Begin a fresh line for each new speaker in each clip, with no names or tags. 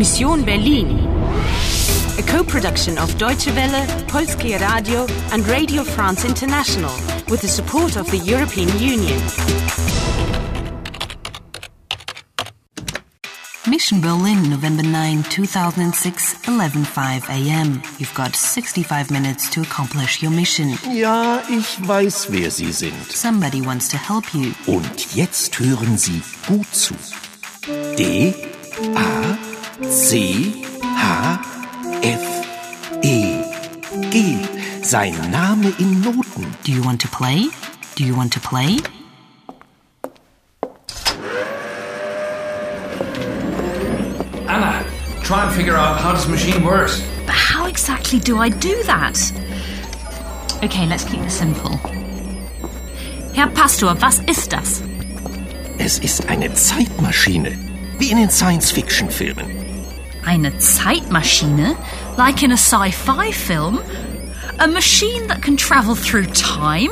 Mission Berlin. A co-production of Deutsche Welle, Polskie Radio and Radio France International with the support of the European Union.
Mission Berlin, November 9, 2006, 11.05 a.m. You've got 65 minutes to accomplish your mission.
Ja, ich weiß, wer Sie sind.
Somebody wants to help you.
Und jetzt hören Sie gut zu. D A C H F E G. Sein Name in Noten.
Do you want to play? Do you want to play?
Anna, try and figure out how this machine works.
But how exactly do I do that? Okay, let's keep this simple. Herr Pastor, was ist das?
Es ist eine Zeitmaschine. Wie in den Science-Fiction-Filmen.
Eine Zeitmaschine? Like in a sci fi film? A machine that can travel through time?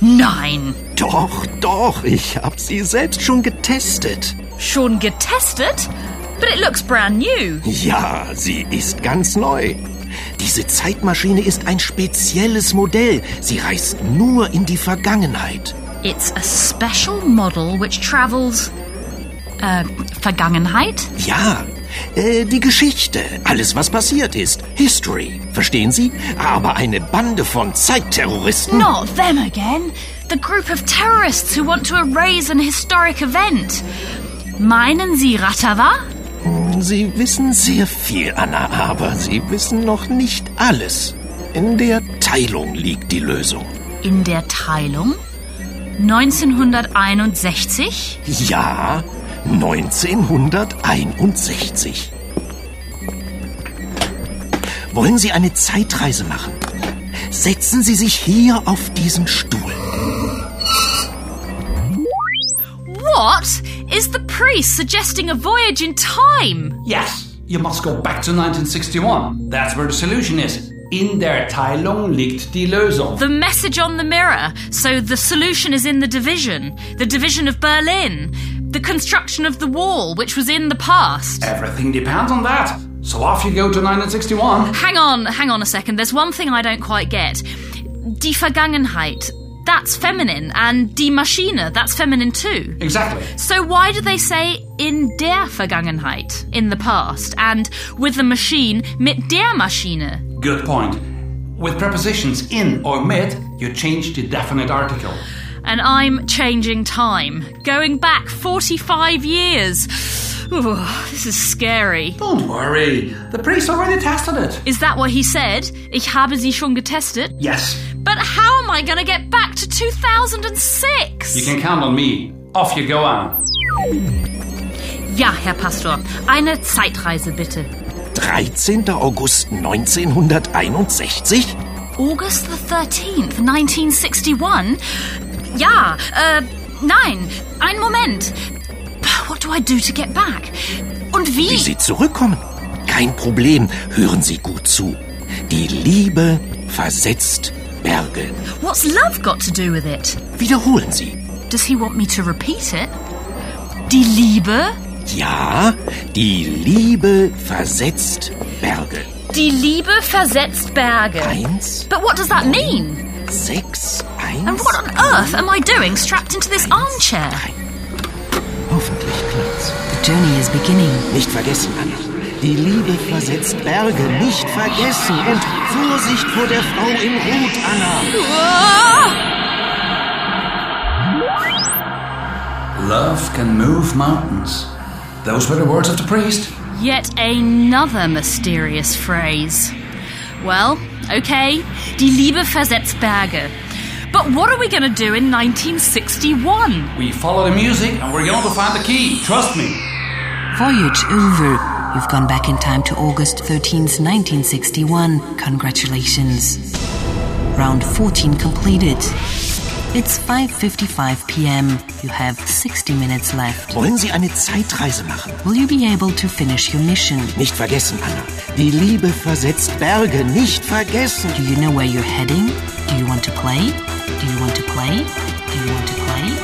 Nein!
Doch, doch, ich hab sie selbst schon getestet.
Schon getestet? But it looks brand new.
Ja, sie ist ganz neu. Diese Zeitmaschine ist ein spezielles Modell. Sie reist nur in die Vergangenheit.
It's a special model which travels. Uh, Vergangenheit?
Ja, äh, die Geschichte, alles was passiert ist, History, verstehen Sie? Aber eine Bande von Zeitterroristen.
Not them again. The group of terrorists who want to erase an historic event. Meinen Sie Ratava?
Sie wissen sehr viel, Anna, aber Sie wissen noch nicht alles. In der Teilung liegt die Lösung.
In der Teilung? 1961?
Ja, 1961. Wollen Sie eine Zeitreise machen? Setzen Sie sich hier auf diesen Stuhl.
What? Is the priest suggesting a voyage in time?
Yes, you must go back to 1961. That's where the solution is. In der Teilung liegt die Lösung.
The message on the mirror. So the solution is in the division. The division of Berlin. The construction of the wall, which was in the past.
Everything depends on that. So off you go to 1961.
Hang on, hang on a second. There's one thing I don't quite get. Die Vergangenheit. That's feminine. And die Maschine. That's feminine too.
Exactly.
So why do they say in der Vergangenheit, in the past, and with the machine, mit der Maschine?
Good point. With prepositions in or mit, you change the definite article.
And I'm changing time, going back 45 years. Ooh, this is scary.
Don't worry, the priest already tested it.
Is that what he said? Ich habe sie schon getestet.
Yes,
But how am I going to get back to 2006?
you can count on me. Off you go, Anna.
Ja, Herr Pastor, eine Zeitreise bitte.
13. August 1961?
August the 13th, 1961? Ja, äh, nein, ein Moment. What do I do to get back? Und wie?
Wie Sie zurückkommen? Kein Problem, hören Sie gut zu. Die Liebe versetzt Berge.
What's love got to do with it?
Wiederholen Sie.
Does he want me to repeat it? Die Liebe?
Ja, die Liebe versetzt Berge.
Die Liebe versetzt Berge.
Eins,
But what does that mean?
sechs, eins.
And what on earth am I doing strapped into this armchair?
Hoffentlich klappt's.
The journey is beginning.
Nicht vergessen, Anna. Die Liebe versetzt Berge. Nicht vergessen. Und Vorsicht vor der Frau im Rot, Anna.
Ah!
Love can move mountains. Those were the words of the priest.
Yet another mysterious phrase. Well, okay, die Liebe versetzt Berge. But what are we going to do in 1961?
We follow the music and we're going to find the key. Trust me.
Voyage over. You've gone back in time to August 13th, 1961. Congratulations. Round 14 completed. It's 5:55 p.m. You have 60 minutes left.
Wollen Sie eine Zeitreise machen?
Will you be able to finish your mission?
Nicht vergessen, Anna. Die Liebe versetzt Berge. Nicht vergessen.
Do you know where you're heading? Do you want to play? Do you want to play? Do you want to play?